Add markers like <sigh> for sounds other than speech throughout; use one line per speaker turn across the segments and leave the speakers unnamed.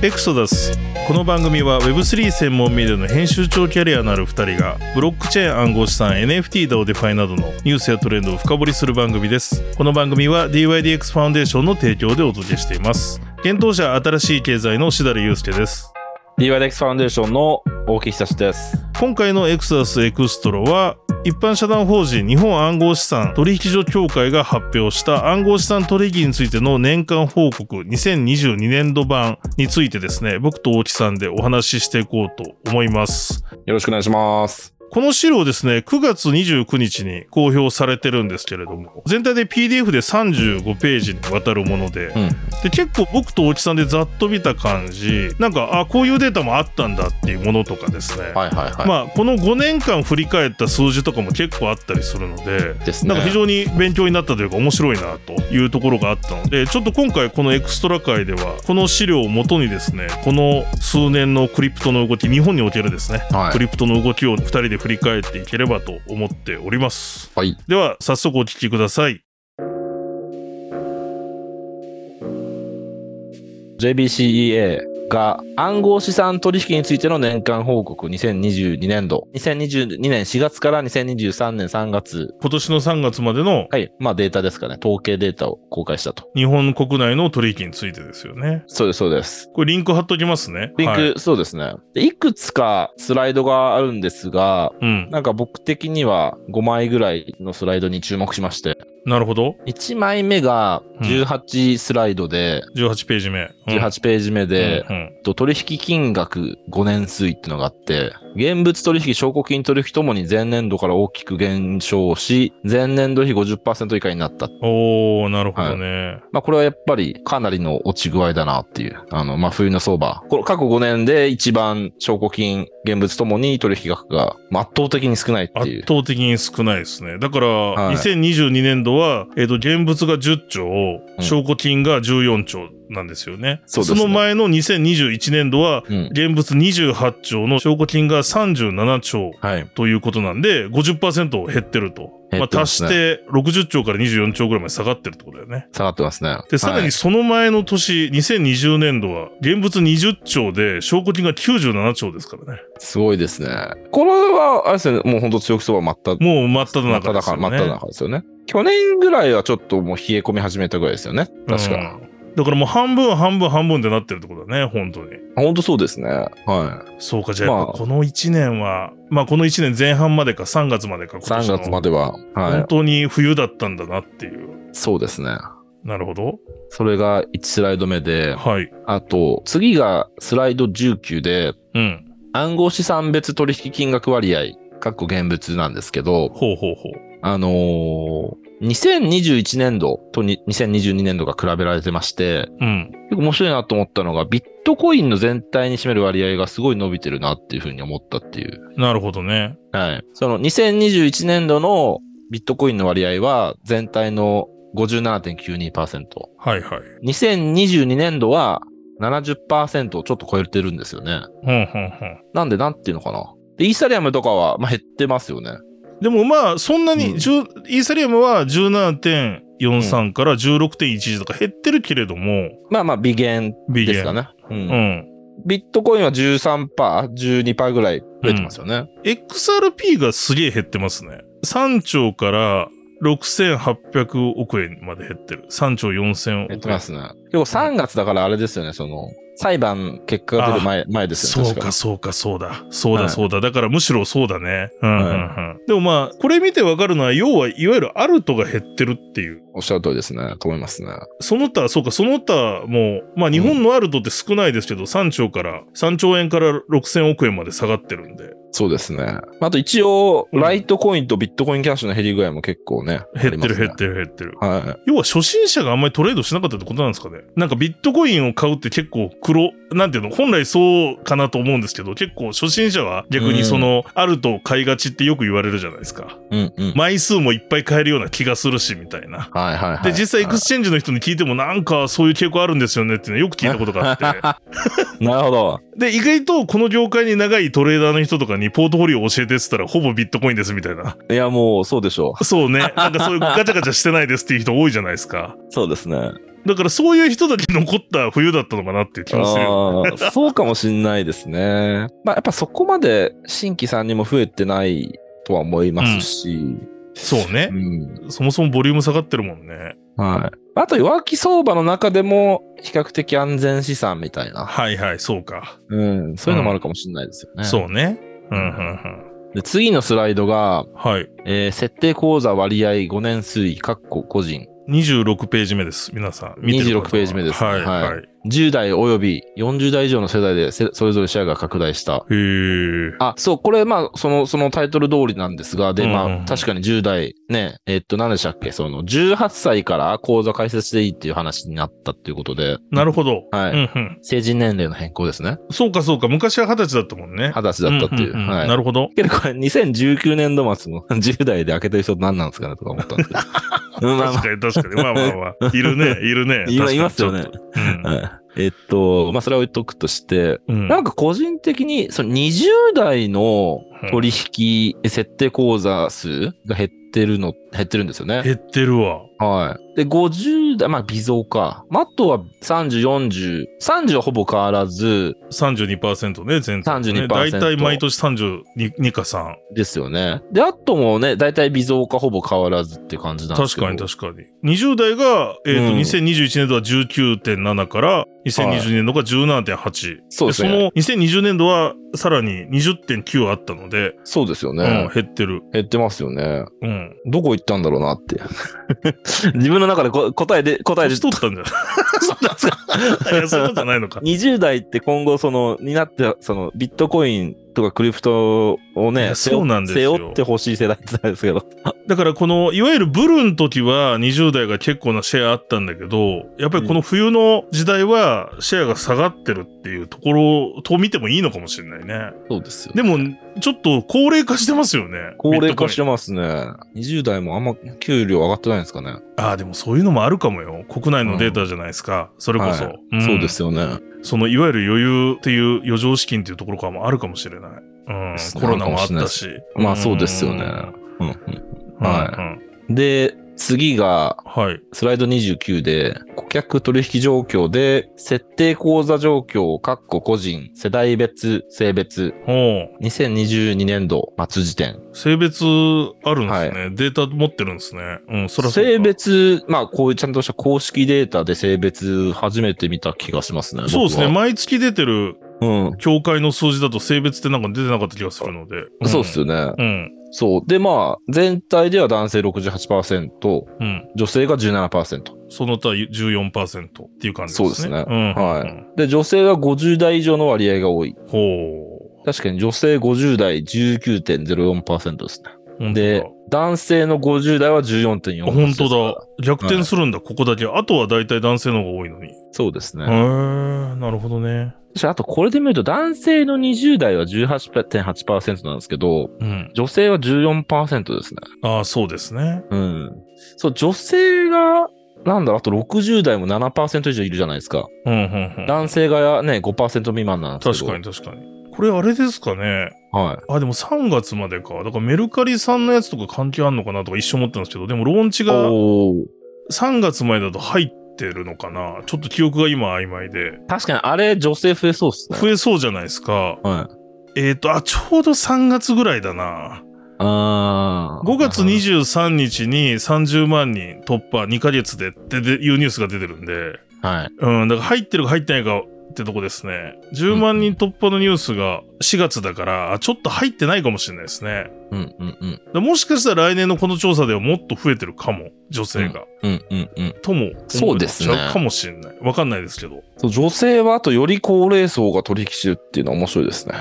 エクソダスこの番組は Web3 専門メディアの編集長キャリアのある2人がブロックチェーン暗号資産 NFT だデファイなどのニュースやトレンドを深掘りする番組ですこの番組は DYDX ファウンデーションの提供でお届けしています検討者新しい経済のしだれゆうすけです
DYDX ファウンデーションの大木久志です。
今回のエクソダスエクストロは一般社団法人日本暗号資産取引所協会が発表した暗号資産取引についての年間報告2022年度版についてですね僕と大木さんでお話ししていこうと思います
よろしくお願いします。
この資料ですね、9月29日に公表されてるんですけれども、全体で PDF で35ページにわたるもので、
うん
で結構僕と大木さんでざっと見た感じ、なんか、あ、こういうデータもあったんだっていうものとかですね、
はいはいはい。
まあ、この5年間振り返った数字とかも結構あったりするので、
ですね。
なんか非常に勉強になったというか面白いなというところがあったのでちょっと今回このエクストラ界ではこの資料をもとにですねこの数年のクリプトの動き日本におけるですね、
はい
クリプトの動きを2人で振り返っていければと思っております
はい。
では早速お聞きください
JBCEA が暗号資産取引についての年間報告2022年度。2022年4月から2023年3月。
今年の3月までの
はい。まあデータですかね。統計データを公開したと。
日本国内の取引についてですよね
そうです、そうです。
これリンク貼っときますね
リンク、
はい
そうですね。で、いくつかスライドがあるんですが、
うん
なんか僕的には5枚ぐらいのスライドに注目しまして、
なるほど
1枚目が18スライドで、
18ページ目、うん
18ページ目で、
うんうん
えっと取引金額5年推移ってのがあって、現物取引、証拠金取引ともに前年度から大きく減少し、前年度比50%以下になった。
おーなるほどね、
まあこれはやっぱりかなりの落ち具合だなっていう。あの、まあ冬の相場。この過去5年で一番証拠金、現物ともに取引額がまあ圧倒的に少ないってい
圧
う。
倒的に少ないですね。だから、
い
2022年度は、えっ、と、現物が10兆、
うん
証拠金が14兆なんですよね。
そうですね
の前の2021年度は、
うん。
現物28兆の証拠金が37兆
はい。
ということなんで、50%減ってると。
減
ま
って
あ、
ま
足
す
し
ね
て60兆から24兆ぐらいまで下がってるってことだよね。
下がってますね。
で、さら
は
に
い
その前の年、2020年度は、現物20兆で、証拠金が97兆ですからね。
すごいですね。これは、あれですね、もう本当強気相場真った
もう真っ只
真っ
中
只
ですよ
中、
ね。
真っ只中ですよね。去年ぐらいはちょっともう冷え込み始めたぐらいですよね。確
う
か。
んだからもう半分半分半分ってなってるってことだね、本当に。
本当そうですね。はい。
そうか、じゃあやっぱ
まあ
この1年は、まあこの1年前半までか、3月までか、今
3
年の
月までは。は
本
い。
当に冬だったんだなっていう。
そうですね。
なるほど。
それが1スライド目で、
はい。
あと、次がスライド19で、
うん。
暗号資産別取引金額割合、かっこ現物なんですけど、
ほうほうほう。
あのー2021年度とに2022年度が比べられてまして、
うん。
結構面白いなと思ったのが、ビットコインの全体に占める割合がすごい伸びてるなっていうふうに思ったっていう。
なるほどね。
はい。その2021年度のビットコインの割合は全体の57.92%。
はいはい。
2022年度は70%をちょっと超えてるんですよね。
ほんほんほん。
なんで、なんていうのかな。で、イーサリアムとかは、まあ、減ってますよね。
でもまあ、そんなに、
うん
10イーサリアムは17.43から16.11とか減ってるけれども、
まあまあ、微減
ビ
ですかね。う。
うんん。
ビットコインは13%、12%ぐらい増えてますよね。
XRP がすげえ減ってますね。3兆から6800億円まで減ってる。3兆4000億円。
減ってますね。結構3月だからあれですよね、その、裁判結果が出る前、前ですよね。
そう
確
か、
か
そうか、そうだ。そう
は
だ、
い
そうだ。だからむしろそうだね。うん、うん、
は
う
い
ん。でもまあ、これ見てわかるのは、要はいわゆるアルトが減ってるっていう。
おっしゃる通りですね。と思いますね。
その他、そうか、その他も、まあ日本のアルトって少ないですけど、3兆から、3兆円から6000億円まで下がってるんで、
そうですね。あと一応、ライトコインとビットコインキャッシュの減り具合も結構ね。
減ってる、減っててる、減ってる。
る。はい。
要は初心者があんまりトレードしなかったってことなんですかね。ね。なんかビットコインを買うって結構黒、なんていうの、本来そうかなと思うんですけど、結構初心者は逆にその、あると買いがちってよく言われるじゃないですか。
うんうん。
枚数もいっぱい買えるような気がするし、みたいな。
はいはいは
で、
い。
実際エクスチェンジの人に聞いてもなんかそういう傾向あるんですよねっていうのよく聞いたことがあって。
なるほど。
で、意外とこの業界に長いトレーダーの人とかにポートフォリオを教えてって言ったらほぼビットコインですみたいな。
いや、もうそうでしょ
そうね。なんかそういうガチャガチャしてないですっていう人多いじゃないですか。
う。そうですね。あ
だからそういう人だけ残った冬だったのかなっていう気もするよ。
ーそうかもしんないですね。 <laughs> まあ、やっぱそこまで新規参入も増えてないとは思いますし。
そうね
う。ん。
そもそもボリューム下がってるもんね。
はい。あと、弱気相場の中でも、比較的安全資産みたいな。
はいはい、そうか。
うん。そういうのもあるかもしれないですよね。
そうね。うんうんうん。
で、次のスライドが、
はい。
えー設定口座割合5年推移、括弧個人。
26ページ目です。皆さん。見てる方は
26ページ目ですね
はい
はい
はい。へ
10代及び40代以上の世代でせそれぞれシェアが拡大した。
え。
あ、そう、これ、まあ、その、そのタイトル通りなんですが、で、
うんうんう
ま
ん
あ、確かに10代、ね、えっと、何でしたっけ、その、18歳から口座開設でいいっていう話になったっていうことで、
なるほど。
はい
うんうん。
成人年齢の変更ですね。
そうかそうか。昔は二十歳だったもんね。
20歳だったっていう。
んんん
はい。
なるほど。
けどこれ2019年度末の10代で開けてる人何なんですかねとか思ったん
<laughs>
ですけど。うんまあま
確かに確かに。まあまあまあ。いるね、いる
<laughs>
ね。
いま
確かに
いますよね
ちょっとうん
あはいえっと、まあそれは置いとくとして、
うん
なんか個人的にその20代の取引設定口座数が減ってるの、減ってるんですよね。
減ってるわ。
はい。で、50代、まあ微増か。まああとは30、40、30はほぼ変わらず
32%ね、全体、ね。
32%
大体毎年32か3。
ですよね。で、あともね、だいたい微増かほぼ変わらずって感じなんです
確
けど。
かに確かに。20代が、えっと
うん
2021年度は19.7から2020年度が17.8、
そうで
そ
すね。
の2020年度はさらに20.9あったので、
そうですよね、
うん、減ってる。
減ってますよね。
うん。
どこ行ったんだろうなって。 <laughs> 自分の中でこ答えで、答えで
年。取ったんじゃ
<laughs>
ないいや、そういうことじゃないのか。
20代って今後、その、になって、その、ビットコインとかクリプトを
いや
ね、背負
そうなんですよ
背負ってほしい世代って言ったんですけど。
だからこのいわゆるブルの時は20代が結構なシェアあったんだけどやっぱりこの冬の時代はシェアが下がってるっていうところと見てもいいのかもしれないね
そうですよ
でもちょっと高齢化してますよね
高齢化し
ビットコ
て
イン
ますね。20代もあんま給料上がってないんですかね。
ああでもそういうのもあるかもよ国内のデータじゃないですか、それこそ、
はい
ん
そうですよね。
そのいわゆる余裕っていう余剰資金っていうところからもあるかもしれない、うん、コロナもあったし
まあそうですよね
うん
うんうん
は、
はいで、次が、
はい、
スライド29で、顧客取引状況で、設定口座状況、括弧個人、世代別、性別、
おう
2022年度末時点。
性別あるんですね、データ持ってるんですね。うん、そらそうか
性別、まあ、こういうちゃんとした公式データで性別初めて見た気がしますね。
そうですね。
僕は
毎月出てる協会の数字だと性別ってなんか出てなかった気がするので。
うん。そうっす
よ。
よね。
うん。
そう。で、まあ、全体では男性68%、
うん。
女性が17%。
その他14%っていう感じですね。
そうですね
ん。
はい
うん
で、女性が50代以上の割合が多い。
ほ
確かに女性50代19.04%ですね。
う。本当だ
で、男性の50代は14.4%。
あ本当だ。。逆転するんだ、ここだけ。あとは大体男性の方が多いのに。へ
そうです
え
ね。
ー、なるほどね。
そしてあと、これで見ると、男性の20代は18.8%なんですけど、
うん。
女性は14%ですね。
ああ、そうですね。
うん。そう、女性が、なんだろう、あと60代も7%以上いるじゃないですか。
うん、うん、うん。
男性がね、5%未満なんです
確
け
か
ど。
に確かに。これあれですかね。
に。はい。
あ、でも3月までか。だからメルカリさんのやつとか関係あんのかなとか一瞬思ったんですけど、でもローンチが
おー
3月前だと入ってるのかなちょっと記憶が今曖昧で。
確かに、あれ、女性増えそうっすね。
増えそうじゃないですか。
はい。
えっ、と、あ、ちょうど3月ぐらいだな。
あー
5月23日に30万人突破2ヶ月でってでいうニュースが出てるんで。
はい。
うん、だから入ってるか入ってないかってとこですね。10万人突破のニュースが4月だから、あちょっと入ってないかもしれないですね。
うんうんうん。
だからもしかしたら来年のこの調査ではもっと増えてるかも、女性が。
うんうんうん。
とも、
そうですね
かもしれない。わかんないですけど。
そう女性はあとより高齢層が取引してるっていうのは面白いですね。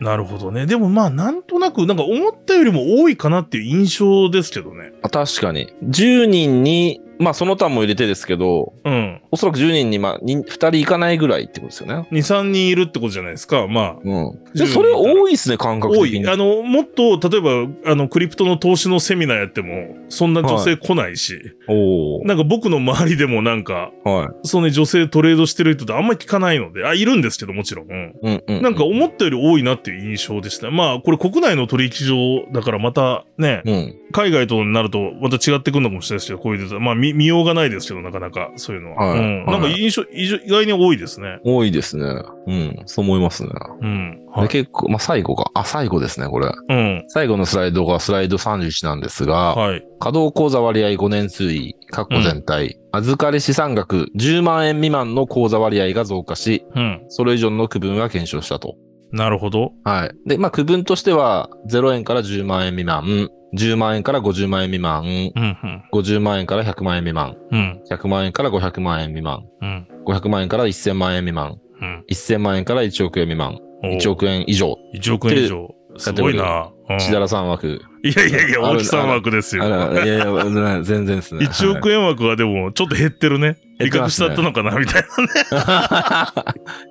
うん。なるほどね。でもまあ、なんとなく、なんか思ったよりも多いかなっていう印象ですけどね。
あ確かに。10人にまあその他も入れてですけど、
うん。
おそらく10人に、まあ、に2人いかないぐらいってことですよね。
2、3人いるってことじゃないですか。まあ。
うん。で、それ多いですね、感覚
多
的に。
い。あの、もっと、例えば、あの、クリプトの投資のセミナーやっても、そんな女性来ないし、
おー
なんか僕の周りでもなんか、
はい。
その女性トレードしてる人ってあんまり聞かないので、あ、いるんですけどもちろん。うん
うんうん。
なんか思ったより多いなっていう印象でした。まあ、これ国内の取引所だからまたね、
うん。
海外とになるとまた違ってくるのかもしれないですけど、こういうデータまあ見見ようがないですけど、なかなかそういうのは。
はい
うん、なんか印象、意外意外に多いですね。
多いですね。うん。そう思いますね。
うん。
で結構、まあ最後か。あ、最後ですね、これ。
うん。
最後のスライドがスライド31なんですが、
はい。
稼働口座割合5年推移、括弧全体、預かり資産額10万円未満の口座割合が増加し、
うん。
それ以上の区分は減少したと。
なるほど。
はい。で、まあ区分としては、0円から10万円未満、10万円から50万円未満、
うん。うん。
50万円から100万円未満、
うん。
100万円から500万円未満、
うん。
500万円から1000万円未満、
うん。
1000万円から1億円未満、
お
1億円以上、
1億円以上。すごいな。うん
千田らさん枠。
いやいやいや、
あ
大
る
木さん枠ですよ。
あら、いやいや、全然ですね。
1億円枠はでも、ちょっと減ってるね。
減
威
ってま
嚇し
す
ち
ね
ゃったのかなみたい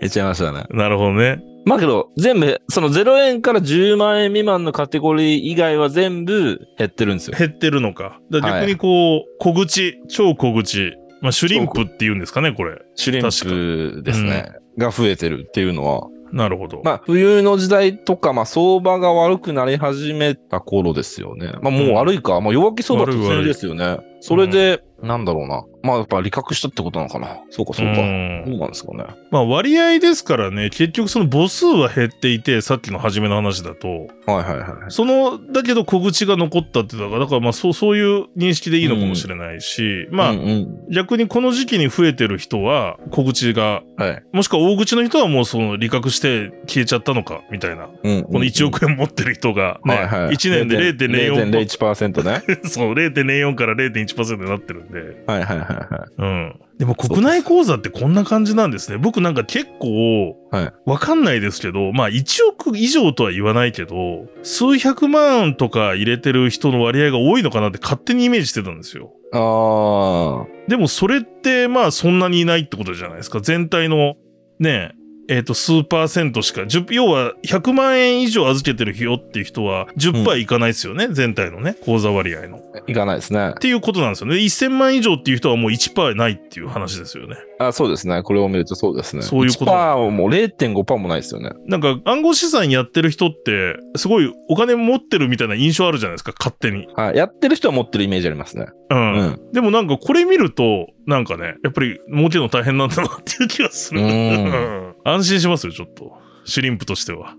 言っ <laughs> ちゃいましたね。
な。な <laughs> るほどね。
まあけど、全部、その0円から10万円未満のカテゴリー以外は全部減ってるんですよ。
減ってるのか。だから逆
は
にこう、小口、超小口。まあ、シュリンプって言うんですかね、これ。
シュリンプですね。が増えてるっていうのは。
なるほど。
まあ、冬の時代とか、まあ、相場が悪くなり始めた頃ですよね。まあ、もう悪いか。まあ、弱気相場突
悪い悪
然
い
ですよね。それで、なんだろうな。まあ、やっぱ利確したってことなのかな。そうか、そうか。
うん
そうなんですかね。
まあ割合ですからね、結局その母数は減っていて、さっきの初めの話だと、
はいはいはい。
その、だけど小口が残ったってだから、だからまあそうそういう認識でいいのかもしれないし、まあ、
うんうん
逆にこの時期に増えてる人は小口が、
はい。
もしくは大口の人はもうその利確して消えちゃったのか、みたいな。
うんうんうん
この1億円持ってる人が、ね、
はいはい
1年で0.04%、
0.01%ね。
<laughs> そう、0.04から0.1%になってるんで。
はいはいはいは
うん。でも国内口座ってこんな感じなんですね。僕なんか結構、
はい
わかんないですけど、まあ1億以上とは言わないけど、数百万とか入れてる人の割合が多いのかなって勝手にイメージしてたんですよ。
い。ああ。
でもそれってまあそんなにいないってことじゃないですか。全体のね、えっ、と数パーセントしか、10要は100万円以上預けてるよっていう人は10%いかないですよね、全体のね、口座割合の。っ
いかないですね。
ていうことなんですよね。1000万以上っていう人はもう1%ないっていう話ですよね。
あ、そうですね。これを見るとそうですね。
そういうこと
1%も0.5%もないですよね。
なんか暗号資産やってる人って、すごいお金持ってるみたいな印象あるじゃないですか、勝手に。
はい。やってる人は持ってるイメージありますね。
う。
うんん。
でもなんかこれ見ると、なんかね、やっぱり儲けるの大変なんだなっていう気がする。
うん
うん安心しますよ、ちょっと。シュリンプとして
<laughs>
は。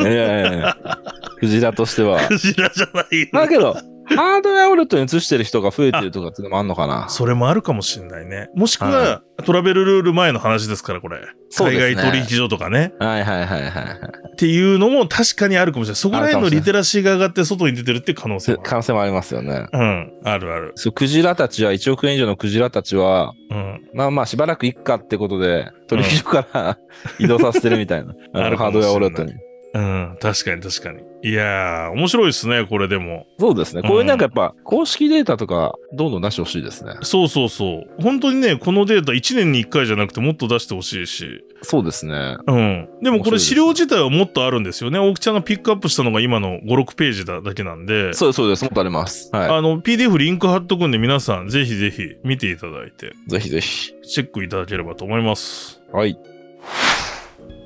いやいやいや。 <laughs> クジラとしては。
クジラじゃない。
まあけど、ハードウェアウォレットに移してる人が増えてるとかっていうのもあんのかな。
それもあるかもしれないね。もしくは、
は
トラベルルール前の話ですから、これ。
そうですね
海外取引所とかね。
はいはいはいはいはい。
っていうのも確かにあるかもしれない。そこら辺の
あるかもしれない
リテラシーが上がって外に出てるっていう可能性
せ
もあ
可能性もありますよね。
る。うん。あるある。
そう、クジラたちは、1億円以上のクジラたちは、
うん。
まあまあしばらくいっかってことで、取引所から、 <laughs> 移動させてるみた
<laughs>
いな。あ
あ
の
る
ハ
か
ー
も
ドウ
し
ェ
れない
アウォレットに。
うん。確かに確かに。いやー、面白いですね、これでも。
そうですね。
うん
こういうなんかやっぱ、公式データとか、どんどん出してほしいですね。
そうそうそう。本当にね、このデータ1年に1回じゃなくてもっと出してほしいし。
そうですね。
うん。でもこれ
面白いです
資料自体はもっとあるんですよね。大木ちゃんがピックアップしたのが今の5、6ページだだけなんで。
そうです、そうです。もっとあります。は
あの、PDF リンク貼っとくんで皆さんぜひぜひ見ていただいて、
い。ぜひぜひ。
チェックいただければと思います。
はい。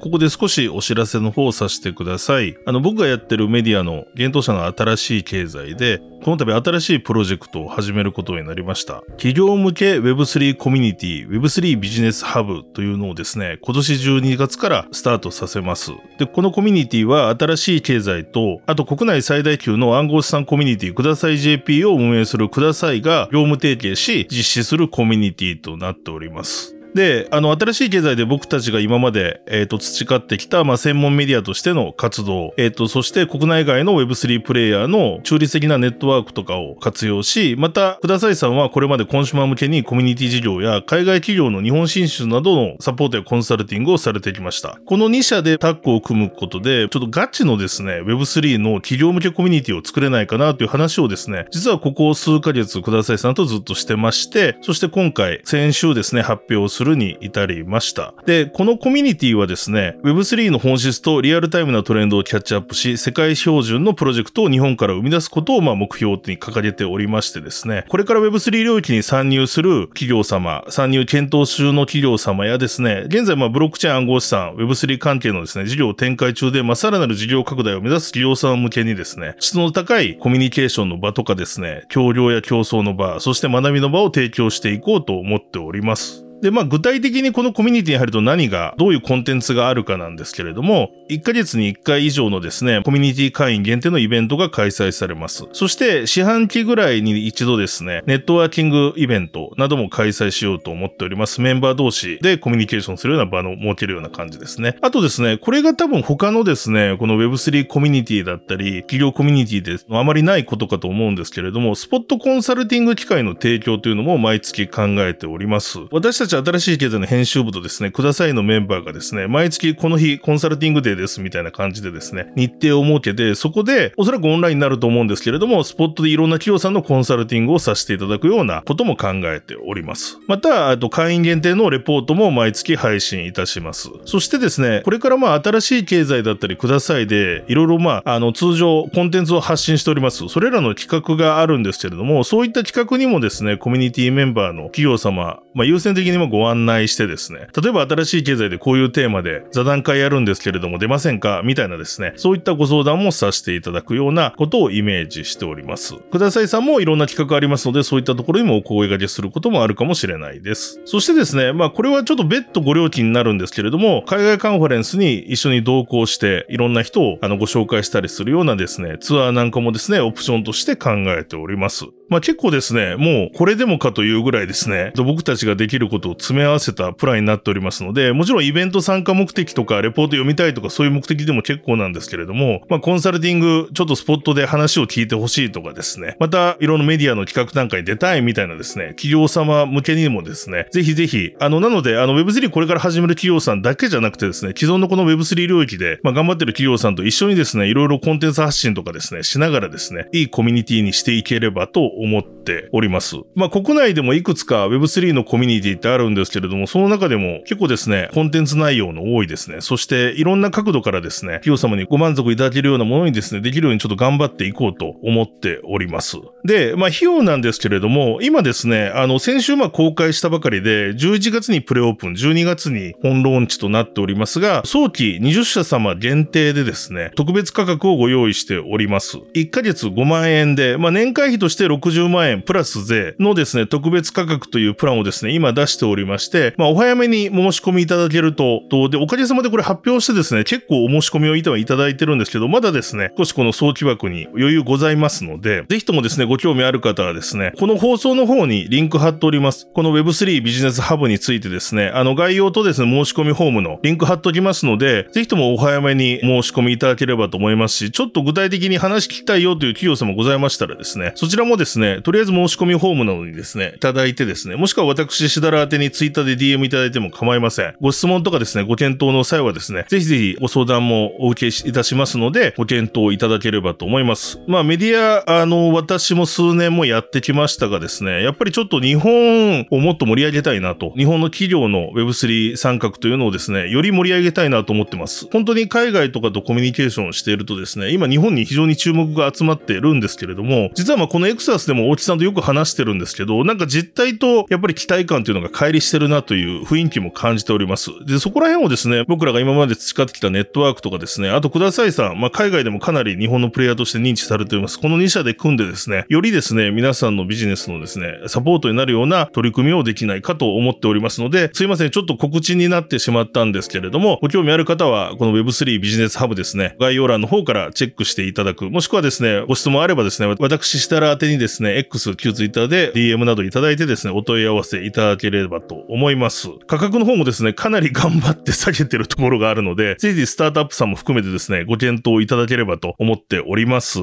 ここで少しお知らせの方をさせてください。あの、僕がやってるメディアの幻冬者の新しい経済で、この度新しいプロジェクトを始めることになりました。企業向け Web3 コミュニティ、Web3 ビジネスハブというのをですね、今年12月からスタートさせます。で、このコミュニティは新しい経済と、あと国内最大級の暗号資産コミュニティ、ください JP を運営するくださいが業務提携し、実施するコミュニティとなっております。で、あの、新しい経済で僕たちが今まで、えっ、と、培ってきた、まあ、専門メディアとしての活動、えっ、と、そして国内外の Web3 プレイヤーの中立的なネットワークとかを活用し、また、くださいさんはこれまでコンシューマー向けにコミュニティ事業や海外企業の日本進出などのサポートやコンサルティングをされてきました。この2社でタッグを組むことで、ちょっとガチのですね、Web3 の企業向けコミュニティを作れないかなという話をですね、実はここ数ヶ月、くださいさんとずっとしてまして、そして今回、先週ですね、発表するに至りました。で、このコミュニティはですね、Web3 の本質とリアルタイムなトレンドをキャッチアップし、世界標準のプロジェクトを日本から生み出すことをまあ目標に掲げておりましてですね、これから Web3 領域に参入する企業様、参入検討中の企業様やですね、現在まあブロックチェーン暗号資産、Web3 関係のですね、事業を展開中で、まあさらなる事業拡大を目指す企業様向けにですね、質の高いコミュニケーションの場とかですね、協業や競争の場、そして学びの場を提供していこうと思っております。で、まあ、具体的にこのコミュニティに入ると何が、どういうコンテンツがあるかなんですけれども、1ヶ月に1回以上のですね、コミュニティ会員限定のイベントが開催されます。そして、四半期ぐらいに一度ですね、ネットワーキングイベントなども開催しようと思っております。メンバー同士でコミュニケーションするような場の設けるような感じですね。あとですね、これが多分他のですね、この Web3 コミュニティだったり、企業コミュニティであまりないことかと思うんですけれども、スポットコンサルティング機会の提供というのも毎月考えております。私たち新しい経済の編集部とですね、くださいのメンバーがですね、毎月この日コンサルティングデーですみたいな感じでですね、日程を設けて、そこでおそらくオンラインになると思うんですけれども、スポットでいろんな企業さんのコンサルティングをさせていただくようなことも考えております。また、あと会員限定のレポートも毎月配信いたします。そしてですね、これからまあ新しい経済だったりくださいで、いろいろまあ、あの通常コンテンツを発信しております。それらの企画があるんですけれども、そういった企画にもですね、コミュニティメンバーの企業様、まあ優先的にもご案内してですね、例えば新しい経済でこういうテーマで座談会やるんですけれども出ませんかみたいなですね、そういったご相談もさせていただくようなことをイメージしております。くださいさんもいろんな企画ありますので、そういったところにもお声掛けすることもあるかもしれないです。そしてですね、まあこれはちょっと別途ご料金になるんですけれども、海外カンファレンスに一緒に同行して、いろんな人をあのご紹介したりするようなですね、ツアーなんかもですね、オプションとして考えております。まあ結構ですね、もうこれでもかというぐらいですね、僕たちができることを詰め合わせたプランになっておりますので、もちろんイベント参加目的とか、レポート読みたいとか、そういう目的でも結構なんですけれども、まあコンサルティング、ちょっとスポットで話を聞いてほしいとかですね、またいろんなメディアの企画なんかに出たいみたいなですね、企業様向けにもですね、ぜひぜひ、あの、なので、あの Web3 これから始める企業さんだけじゃなくてですね、既存のこの Web3 領域で、まあ頑張ってる企業さんと一緒にですね、いろいろコンテンツ発信とかですね、しながらですね、いいコミュニティにしていければと思っております。まあ国内でもいくつか Web3 のコミュニティってあるんですけれども、その中でも結構ですね、コンテンツ内容の多いですね。そしていろんな角度からですね、企業様にご満足いただけるようなものにですね、できるようにちょっと頑張っていこうと思っております。で、まあ費用なんですけれども、今ですね、あの先週まあ公開したばかりで、11月にプレオープン、12月に本ローンチとなっておりますが、早期20社様限定でですね、特別価格をご用意しております。1ヶ月5万円で、まあ年会費として60万円プラス税のですね、特別価格というプランをですね、今出しておりまして、まあお早めに申し込みいただけると、とで、おかげさまでこれ発表してですね、結構お申し込みをいたいただいてるんですけど、まだですね、少しこの早期枠に余裕ございますので、ぜひともですね、ご興味ある方はですね、この放送の方にリンク貼っております。この Web3 ビジネスハブについてですね、あの概要とですね、申し込みフォームのリンク貼っておきますので、ぜひともお早めに申し込みいただければと思いますし、ちょっと具体的に話聞きたいよという企業様ございましたらですね、そちらもですね、とりあえず申し込みフォームなどにですね、いただいてですね、もしくは私、しだら宛てに Twitter で DM いただいても構いません。ご質問とかですね、ご検討の際はですね、ぜひぜひご相談もお受けいたしますので、ご検討いただければと思います。まあメディア、あの、私も数年もやってきましたがですね、やっぱりちょっと日本をもっと盛り上げたいなと、日本の企業の Web3 参画というのをですね、より盛り上げたいなと思ってます。本当に海外とかとコミュニケーションをしているとですね、今日本に非常に注目が集まっているんですけれども、実はまあこのエクサスでも大木さんとよく話してるんですけど、なんか実態とやっぱり期待感というのが乖離してるなという雰囲気も感じております。で、そこら辺をですね、僕らが今まで培ってきたネットワークとかですね、あとくださいさん、まあ海外でもかなり日本のプレイヤーとして認知されております。この2社で組んでですね、よりですね、皆さんのビジネスのですね、サポートになるような取り組みをできないかと思っておりますので、すいません、ちょっと告知になってしまったんですけれども、ご興味ある方は、この Web3 ビジネスハブですね、概要欄の方からチェックしていただく、もしくはですね、ご質問あればですね、私設楽宛てにですねですね、X、旧 Twitter で DM などいただいてですね、お問い合わせいただければと思います。価格の方もですね、かなり頑張って下げてるところがあるので、ぜひスタートアップさんも含めてですね、ご検討いただければと思っております。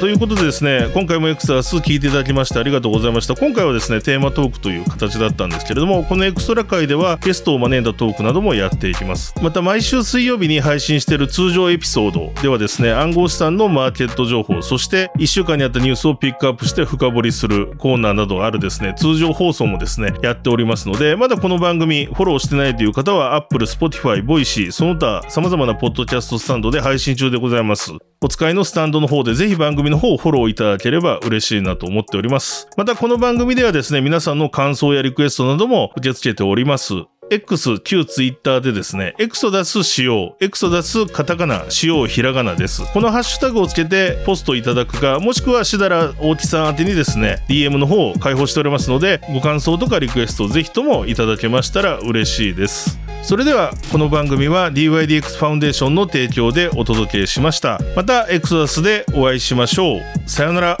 ということでですね今回も X ラス聞いていただきましてありがとうございました今回はですねテーマトークという形だったんですけれどもこのエクストラ会ではゲストを招いたトークなどもやっていきますまた毎週水曜日に配信している通常エピソードではですね暗号資産のマーケット情報そして1週間にあったニュースをピックアップして深掘りするコーナーなどあるですね通常放送もですねやっておりますのでまだこの番組フォローしてないという方は Apple、Spotify、Voicy その他様々なポッドキャストスタンドで配信中でございますお使いのスタンドの方でぜひ番組の方をフォローいただければ嬉しいなと思っております。またこの番組ではですね、皆さんの感想やリクエストなども受け付けております。X、旧 Twitter でですね、エクソダス使用、エクソダスカタカナ、使用ひらがなです。このハッシュタグをつけてポストいただくか、もしくはしだら大木さん宛てにですね、DM の方を開放しておりますので、ご感想とかリクエストぜひともいただけましたら嬉しいです。それではこの番組は DYDX ファウンデーションの提供でお届けしましたまたエクソダスでお会いしましょうさようなら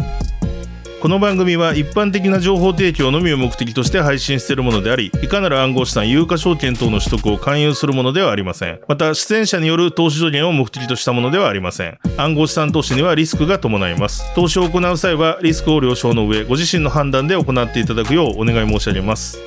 この番組は一般的な情報提供のみを目的として配信しているものでありいかなる暗号資産有価証券等の取得を勧誘するものではありませんまた出演者による投資助言を目的としたものではありません暗号資産投資にはリスクが伴います投資を行う際はリスクを了承の上ご自身の判断で行っていただくようお願い申し上げます